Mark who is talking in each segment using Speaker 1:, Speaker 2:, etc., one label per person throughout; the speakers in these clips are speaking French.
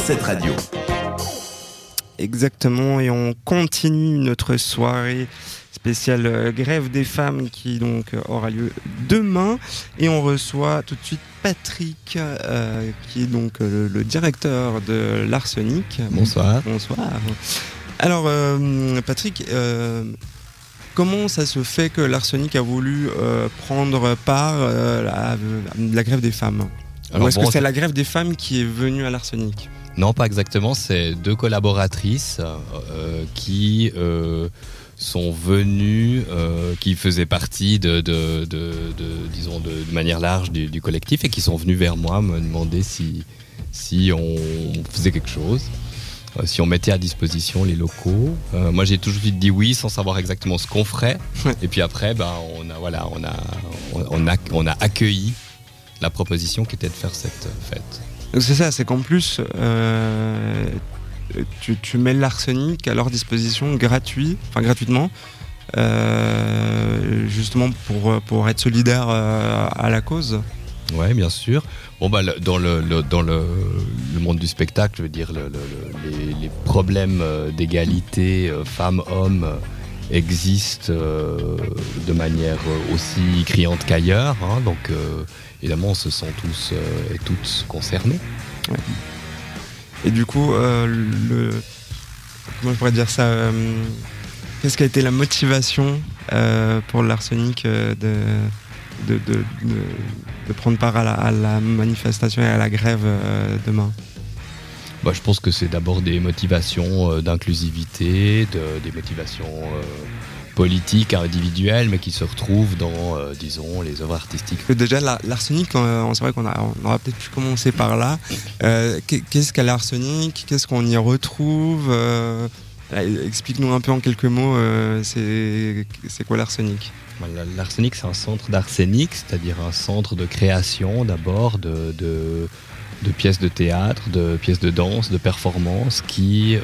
Speaker 1: cette radio.
Speaker 2: Exactement, et on continue notre soirée spéciale euh, grève des femmes qui donc euh, aura lieu demain. Et on reçoit tout de suite Patrick, euh, qui est donc euh, le, le directeur de l'Arsenic.
Speaker 3: Mmh. Bonsoir.
Speaker 2: Bonsoir. Alors, euh, Patrick, euh, comment ça se fait que l'Arsenic a voulu euh, prendre part euh, à la, la grève des femmes Ou
Speaker 3: Alors,
Speaker 2: est-ce
Speaker 3: bon,
Speaker 2: que c'est la grève des femmes qui est venue à l'Arsenic
Speaker 3: Non, pas exactement. C'est deux collaboratrices euh, qui euh, sont venues, euh, qui faisaient partie de, de- de- de- disons, de, de manière large du, du collectif et qui sont venues vers moi me demander si, si on faisait quelque chose. euh, Si on mettait à disposition les locaux, Euh, moi j'ai tout de suite dit oui sans savoir exactement ce qu'on ferait.
Speaker 2: Ouais.
Speaker 3: Et puis après, ben, on a voilà, on a, on a, on a accueilli la proposition qui était de faire cette fête.
Speaker 2: Donc c'est ça, c'est qu'en plus, euh, tu, tu mets l'arsenic à leur disposition gratuit, enfin gratuitement, euh, justement pour, pour être solidaire euh, à la cause.
Speaker 3: Ouais, bien sûr. Bon, bah, le- dans, le, le- dans le, le monde du spectacle, je veux dire, le- le- le- les, les problèmes euh, d'égalité euh, femmes-hommes euh, existent euh, de manière euh, aussi criante qu'ailleurs. hein. donc, euh, évidemment, on se sent tous euh, et toutes concernés.
Speaker 2: Et du coup, euh, le, comment je pourrais dire ça euh, Qu'est-ce qui a été la motivation euh, pour l'arsenic euh, de, de, de, de- de prendre part à la, à la manifestation et à la grève euh, demain
Speaker 3: Bah, je pense que c'est d'abord des motivations euh, d'inclusivité, de- des motivations euh, politiques, individuelles, mais qui se retrouvent dans, euh, disons, les œuvres artistiques
Speaker 2: que déjà la- l'arsenic, euh, c'est vrai qu'on a, on aura peut-être pu commencer par là. Euh, qu'est- Qu'est-ce qu'est l'arsenic Qu'est-ce qu'on y retrouve Euh, euh, Explique-nous un peu en quelques mots, euh, c'est c'est quoi l'arsenic
Speaker 3: Voilà, L'arsenic, c'est un centre d'arsenic, c'est-à-dire un centre de création d'abord de, de- de pièces de théâtre, de pièces de danse, de performances qui, euh,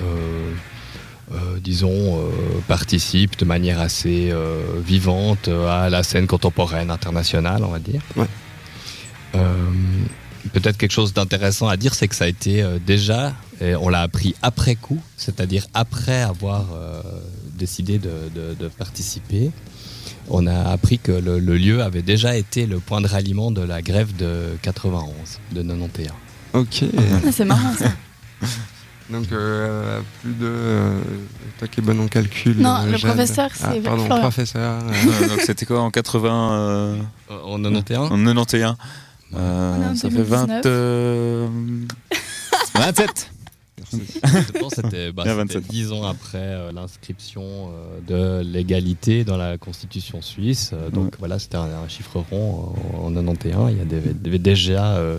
Speaker 3: euh, disons, euh, participent de manière assez euh, vivante à la scène contemporaine internationale, on va dire.
Speaker 2: Ouais.
Speaker 3: Euh, Peut-être quelque chose d'intéressant à dire, c'est que ça a été euh, déjà, et on l'a appris après coup, c'est-à-dire après avoir euh, décidé de- de- de participer on a appris que le, le lieu avait déjà été le point de ralliement de la grève de 91, de 91.
Speaker 2: Ok,
Speaker 4: Ah, C'est marrant ça.
Speaker 2: donc euh, plus de. euh, toi qui es bonne en calcul.
Speaker 4: Non, le
Speaker 2: Jade.
Speaker 4: professeur, c'est
Speaker 2: Ah, pardon,
Speaker 4: Florent.
Speaker 2: professeur. euh,
Speaker 5: Euh, donc c'était quoi en 80 euh,
Speaker 3: En 91
Speaker 5: en 91 Euh,
Speaker 4: On est en
Speaker 5: Ça fait euh,
Speaker 4: 2019.
Speaker 5: 20 euh, 27
Speaker 3: Je
Speaker 5: Ah,
Speaker 3: pense que c'était bah,
Speaker 5: Bien,
Speaker 3: c'était
Speaker 5: 27.
Speaker 3: 10 ans après euh, l'inscription euh, de l'égalité dans la constitution suisse. Euh, donc voilà, c'était un, un chiffre rond euh, en 91. Il y a des- des- déjà euh,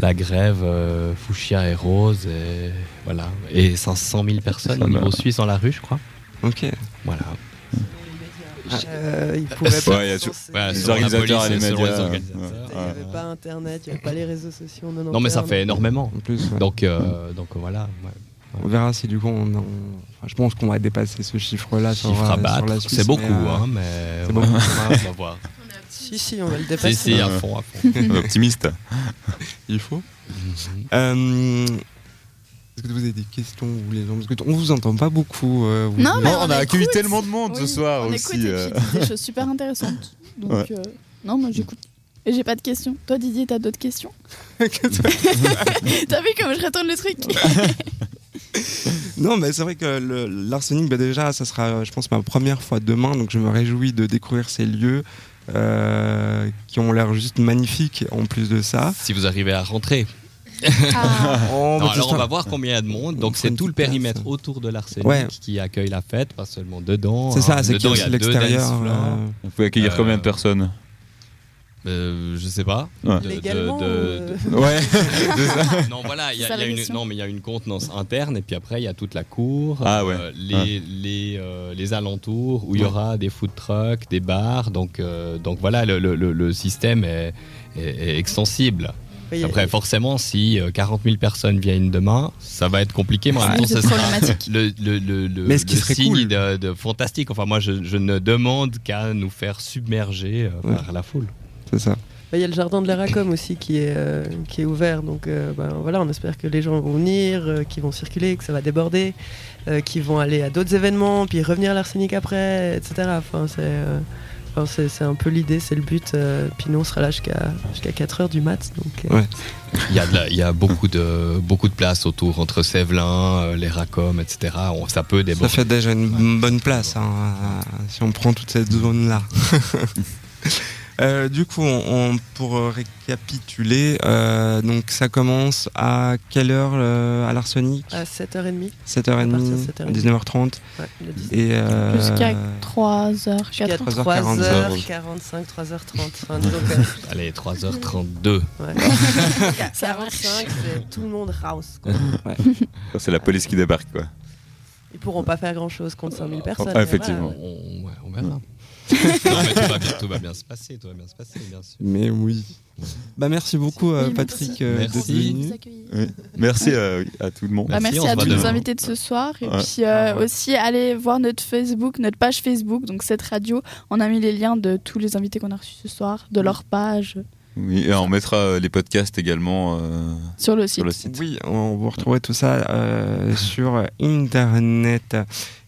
Speaker 3: la grève euh, fuchsia et rose et, voilà, et 500 000 personnes au niveau suisse dans la rue, je crois.
Speaker 2: ok.
Speaker 3: Voilà.
Speaker 6: Euh, ils pouvaient
Speaker 5: Ouais,
Speaker 6: pas
Speaker 5: il y a tout-
Speaker 6: censurer.
Speaker 3: ouais,
Speaker 5: Les
Speaker 3: Selon la
Speaker 5: organisateurs et les
Speaker 3: police, selon les
Speaker 5: médias.
Speaker 3: organisateurs.
Speaker 6: Il n'y avait pas internet, il n'y avait pas les réseaux sociaux.
Speaker 3: Non mais ça
Speaker 6: 91.
Speaker 3: fait énormément.
Speaker 2: En plus, euh, ouais.
Speaker 3: Donc, euh, donc voilà. ouais.
Speaker 2: on verra si du coup on. on- enfin, je pense qu'on va dépasser ce chiffre-là sur,
Speaker 3: Chiffre
Speaker 2: euh,
Speaker 3: à
Speaker 2: sur
Speaker 3: battre,
Speaker 2: la Suisse,
Speaker 3: c'est beaucoup,
Speaker 2: mais, euh,
Speaker 3: hein, mais
Speaker 2: c'est
Speaker 3: on va-
Speaker 2: beaucoup.
Speaker 3: on va voir.
Speaker 6: Si, si, on va le
Speaker 3: Si,
Speaker 6: dépasser.
Speaker 3: si, à fond, à fond.
Speaker 5: Optimiste.
Speaker 2: Il faut.
Speaker 3: Mhm.
Speaker 2: Euh, Est-ce que vous avez des questions, vous les gens Parce que t- on vous entend pas beaucoup. euh, vous-
Speaker 4: Non, mais
Speaker 5: Non, on a accueilli
Speaker 4: écoute.
Speaker 5: tellement de monde ce
Speaker 4: Oui,
Speaker 5: soir
Speaker 4: on écoute
Speaker 5: aussi.
Speaker 4: et
Speaker 5: euh.
Speaker 4: puis tu dis des choses super intéressantes. Donc,
Speaker 5: Ouais.
Speaker 4: euh, non, moi j'écoute. Et j'ai pas de questions. Toi, Didier, t'as d'autres questions T'as vu comme je retourne le truc
Speaker 2: Non, mais c'est vrai que le- l'arsenic, bah, déjà, ça sera, euh, je pense, ma première fois demain. Donc, je me réjouis de découvrir ces lieux euh, qui ont l'air juste magnifiques en plus de ça.
Speaker 3: Si vous arrivez à rentrer.
Speaker 4: Ah,
Speaker 2: Oh,
Speaker 3: Non,
Speaker 2: bah,
Speaker 3: alors on
Speaker 2: putain.
Speaker 3: va voir combien il y a de monde.
Speaker 2: On
Speaker 3: Donc c'est
Speaker 2: prend
Speaker 3: tout
Speaker 2: une
Speaker 3: le
Speaker 2: petite
Speaker 3: périmètre
Speaker 2: place.
Speaker 3: autour de l'Arsenic
Speaker 2: Ouais.
Speaker 3: qui accueille la fête, pas seulement dedans. hein.
Speaker 2: C'est ça, c'est qu'il y a
Speaker 3: dedans, il y
Speaker 2: aussi
Speaker 3: a deux
Speaker 2: l'extérieur.
Speaker 3: dance floors.
Speaker 2: euh,
Speaker 5: Vous pouvez accueillir
Speaker 3: Euh,
Speaker 5: combien de personnes
Speaker 3: Euh, je sais pas.
Speaker 5: Ouais.
Speaker 3: De- de-
Speaker 6: Légalement,
Speaker 3: de-
Speaker 6: euh,
Speaker 5: Ouais.
Speaker 3: Non, voilà, il y,
Speaker 4: C'est
Speaker 3: a-
Speaker 4: ça,
Speaker 3: il y a
Speaker 4: la
Speaker 3: une-
Speaker 4: question.
Speaker 3: non, mais il y a une contenance interne et puis après il y a toute la cour, euh,
Speaker 5: Ah ouais,
Speaker 3: les,
Speaker 5: ouais.
Speaker 3: les, euh, les alentours où il y aura des food trucks, des bars, donc euh, donc voilà le, le- le- le système est, est- est extensible.
Speaker 6: il y a-
Speaker 3: Après forcément si euh, 40 000 personnes viennent demain, ça va être compliqué, mais en même temps
Speaker 4: Ah, c'est
Speaker 3: ça sera
Speaker 4: problématique.
Speaker 3: le, le, le, le-
Speaker 2: Mais ce qui
Speaker 3: le
Speaker 2: serait
Speaker 3: signe
Speaker 2: cool.
Speaker 3: de, de fantastique. Enfin moi je, je ne demande qu'à nous faire submerger euh,
Speaker 2: Ouais.
Speaker 3: par la foule.
Speaker 2: c'est ça.
Speaker 6: Bah, Il y a le jardin de l'Eracom aussi qui est, euh, qui est ouvert. Donc euh, ben, voilà, on espère que les gens vont venir, euh, qu'ils vont circuler, que ça va déborder, euh, qu'ils vont aller à d'autres événements, puis revenir à l'arsenic après, etc. Enfin, c'est. euh, enfin, c'est c'est un peu l'idée, c'est le but. euh, puis nous, on sera là jusqu'à 4h du mat. Donc, euh,
Speaker 2: Ouais.
Speaker 3: Il y a, de la- il y a beaucoup, de, beaucoup de places autour entre Sévelin, euh, les Racom, etc. On- ça peut
Speaker 2: Ça
Speaker 3: déborder.
Speaker 2: fait déjà une
Speaker 3: Ouais.
Speaker 2: bonne place hein, euh, si on prend toute cette zone-là. Euh, du coup, on, on- pour euh, récapituler, euh, donc ça commence à quelle heure euh, à l'arsenic
Speaker 6: à 7h30, à
Speaker 2: 7h30,
Speaker 6: partir de 7h30.
Speaker 2: 19h30
Speaker 6: ouais, le 10.
Speaker 2: et euh,
Speaker 4: Jusqu'à 3h, 4
Speaker 2: 4h45.
Speaker 6: 3h45, 3h30. Enfin, disons que-
Speaker 3: Allez, 3h32.
Speaker 6: euh, Ouais. 45, c'est tout le monde house. Quoi.
Speaker 5: C'est la police qui débarque, quoi.
Speaker 6: Ils pourront pas faire grand chose contre 5000 personnes.
Speaker 5: Ah,
Speaker 6: mais
Speaker 5: effectivement.
Speaker 6: voilà.
Speaker 3: On, ouais, on verra. non, mais tout, va bien, tout va bien se passer, tout va bien se passer, bien sûr.
Speaker 2: Mais oui. Bah merci beaucoup euh,
Speaker 4: Oui, merci.
Speaker 2: Patrick euh,
Speaker 3: Merci.
Speaker 2: d'être
Speaker 3: Merci.
Speaker 2: venu.
Speaker 5: Merci à, à tout le monde.
Speaker 4: Bah,
Speaker 3: Merci,
Speaker 4: merci,
Speaker 3: on se
Speaker 4: à
Speaker 3: voit
Speaker 4: tous nos
Speaker 3: demain.
Speaker 4: invités de ce soir. Et
Speaker 5: Ouais.
Speaker 4: puis euh,
Speaker 2: Ah ouais.
Speaker 4: aussi, allez voir notre Facebook, notre page Facebook, donc cette radio. On a mis les liens de tous les invités qu'on a reçus ce soir, de leur page,
Speaker 5: Oui, et on mettra euh, les podcasts également euh,
Speaker 4: sur le site.
Speaker 5: sur le site.
Speaker 2: Oui, on vous retrouvez tout ça euh, sur internet.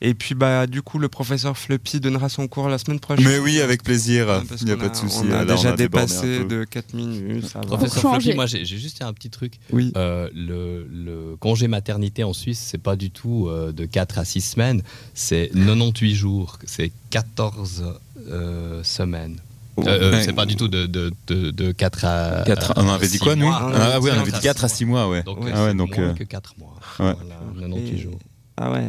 Speaker 2: Et puis bah du coup le professeur Floppy donnera son cours la semaine prochaine.
Speaker 5: Mais oui, avec plaisir.
Speaker 2: Parce
Speaker 5: Il n'y Ah, a
Speaker 2: qu'on
Speaker 5: pas de souci.
Speaker 2: On a
Speaker 5: Là,
Speaker 2: déjà
Speaker 5: débordé un
Speaker 2: dépassé
Speaker 5: peu.
Speaker 2: de 4 minutes. ça va.
Speaker 3: Professeur
Speaker 4: changer.
Speaker 3: Floppy, moi j'ai j'ai juste un petit truc.
Speaker 2: Oui.
Speaker 3: Euh, le, le congé maternité en Suisse, c'est pas du tout euh, de 4 à 6 semaines, c'est 98 jours, c'est 14 euh, semaines. Euh, euh,
Speaker 5: Ouais.
Speaker 3: c'est pas du tout de, de, de, de 4 à.
Speaker 5: Ah, Quatre-
Speaker 3: à-
Speaker 5: on avait dit
Speaker 3: six
Speaker 5: quoi, nous
Speaker 3: mois.
Speaker 5: Ah ah oui, on avait
Speaker 3: Quatre
Speaker 5: dit 4 à 6 mois, ouais.
Speaker 3: Donc,
Speaker 2: Ouais.
Speaker 3: euh,
Speaker 5: Ah ouais,
Speaker 3: c'est
Speaker 5: donc,
Speaker 3: moins
Speaker 5: euh,
Speaker 3: que 4 mois.
Speaker 5: ouais.
Speaker 3: Voilà, 98 jours.
Speaker 2: Ah ouais.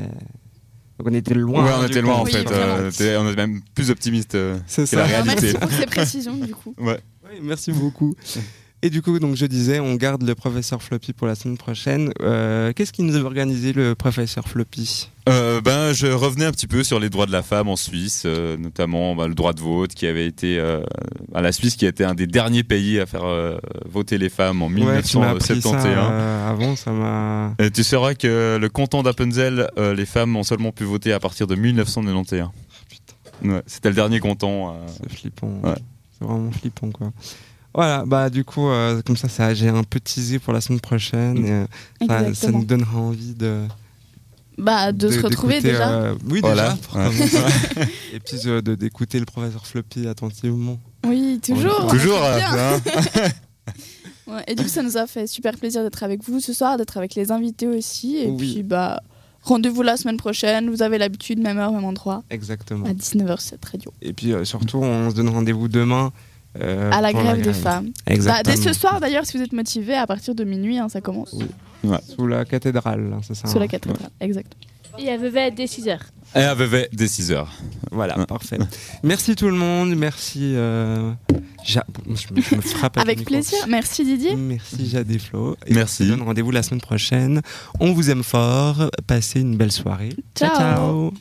Speaker 2: Donc on était loin.
Speaker 5: ouais, on
Speaker 2: du
Speaker 5: était loin en
Speaker 4: Oui,
Speaker 2: compte.
Speaker 5: fait.
Speaker 4: vraiment.
Speaker 5: euh, t'es- on est même plus optimiste. euh.
Speaker 2: C'est
Speaker 5: C'est la
Speaker 2: ça.
Speaker 5: réalité.
Speaker 4: Alors, merci pour ces précisions, du coup.
Speaker 2: Oui, merci beaucoup. Et du coup, donc je disais, on garde le professeur Floppy pour la semaine prochaine. Euh, Qu'est-ce qu'il nous a organisé le professeur Floppy
Speaker 5: Euh, ben, je revenais un petit peu sur les droits de la femme en Suisse, euh, notamment ben, le droit de vote qui avait été euh, à la Suisse, qui a été un des derniers pays à faire euh, voter les femmes en
Speaker 2: Ouais, tu m'as appris ça
Speaker 5: 1971.
Speaker 2: euh, avant, ça m'a.
Speaker 5: Et tu sauras que le canton d'Appenzell, euh, les femmes ont seulement pu voter à partir de 1991.
Speaker 2: Putain,
Speaker 5: Ouais, C'était le dernier canton. euh.
Speaker 2: c'est flippant.
Speaker 5: Ouais.
Speaker 2: C'est vraiment flippant, quoi. Voilà, bah du coup, euh, comme ça, ça j'ai un peu teasé pour la semaine prochaine. et, euh, ça- ça,
Speaker 4: Exactement.
Speaker 2: nous donnera envie de.
Speaker 4: Bah, de, se retrouver
Speaker 2: d'écouter,
Speaker 4: déjà.
Speaker 2: euh, oui,
Speaker 5: Voilà.
Speaker 2: déjà. pour commencer. Et puis euh, de- d'écouter le professeur Floppy attentivement.
Speaker 4: Oui, toujours. on
Speaker 5: Toujours.
Speaker 4: est bien.
Speaker 5: euh, hein.
Speaker 4: Ouais, et du coup, ça nous a fait super plaisir d'être avec vous ce soir, d'être avec les invités aussi. Et
Speaker 2: Oui.
Speaker 4: puis, bah, rendez-vous la semaine prochaine. Vous avez l'habitude, même heure, même endroit,
Speaker 2: Exactement.
Speaker 4: à 19h, cette radio.
Speaker 2: Et puis euh, surtout, on se donne rendez-vous demain. euh,
Speaker 4: à la
Speaker 2: pour
Speaker 4: grève des femmes. Bah,
Speaker 2: Exactement.
Speaker 4: dès ce soir, d'ailleurs, si vous êtes motivé, à partir de minuit, hein, ça commence.
Speaker 2: Oui. Sous la cathédrale, hein, c'est ça
Speaker 4: Sous la
Speaker 2: hein
Speaker 4: cathédrale, exactement.
Speaker 1: Et à Vevey dès 6h.
Speaker 5: Et à Vevey, dès 6 heures.
Speaker 2: Voilà,
Speaker 5: Ouais.
Speaker 2: parfait. Merci tout le monde, merci. euh, Ja- Je, me, je me frappe
Speaker 4: Avec
Speaker 2: le micro.
Speaker 4: plaisir. Merci Didier.
Speaker 2: Merci Jade et Flo. Et
Speaker 5: Merci.
Speaker 2: On se donne rendez-vous la semaine prochaine. On vous aime fort. Passez une belle soirée.
Speaker 4: Ciao.
Speaker 2: ciao.